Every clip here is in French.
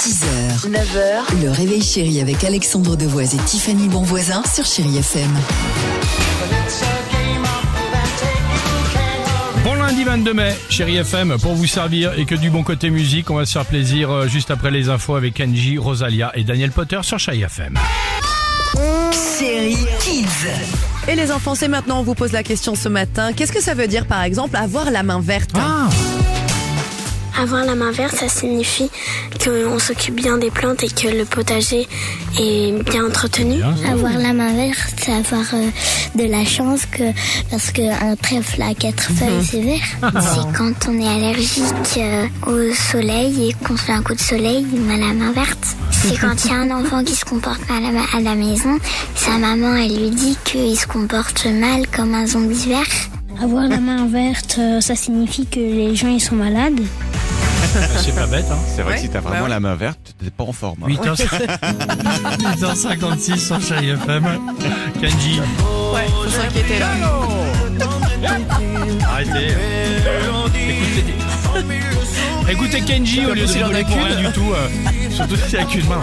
6h, 9h, le réveil chéri avec Alexandre Devoise et Tiffany Bonvoisin sur Chéri FM. Bon lundi 22 mai, chérie FM, pour vous servir et que du bon côté musique, on va se faire plaisir euh, juste après les infos avec Kenji, Rosalia et Daniel Potter sur Chérie FM. Série Kids. Et les enfants, c'est maintenant, on vous pose la question ce matin. Qu'est-ce que ça veut dire, par exemple, avoir la main verte Ah. Avoir la main verte, ça signifie qu'on s'occupe bien des plantes et que le potager est bien entretenu. Avoir la main verte, c'est avoir euh, de la chance que parce qu'un trèfle à quatre feuilles, c'est vert. C'est quand on est allergique euh, au soleil et qu'on se fait un coup de soleil, on a la main verte. C'est quand il y a un enfant qui se comporte mal à la, à la maison, sa maman, elle lui dit qu'il se comporte mal comme un zombie vert. Avoir la main verte, euh, ça signifie que les gens ils sont malades. C'est pas bête, hein C'est vrai Ouais, que si t'as bah vraiment ouais. la main verte, t'es pas en forme. hein. 8h56 sur Chérie FM. Kenji, Ouais, faut s'inquiéter là. arrêtez. Écoutez, écoutez Kenji au lieu de rigoler pour rien du tout. euh, surtout si c'est avec une main.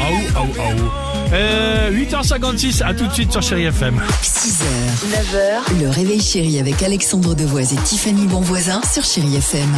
Aou, aou, aou. Euh, 8h56, à tout de suite sur Chérie FM. 6h, 9h, le réveil chéri avec Alexandre Devoise et Tiffany Bonvoisin sur Chéri FM.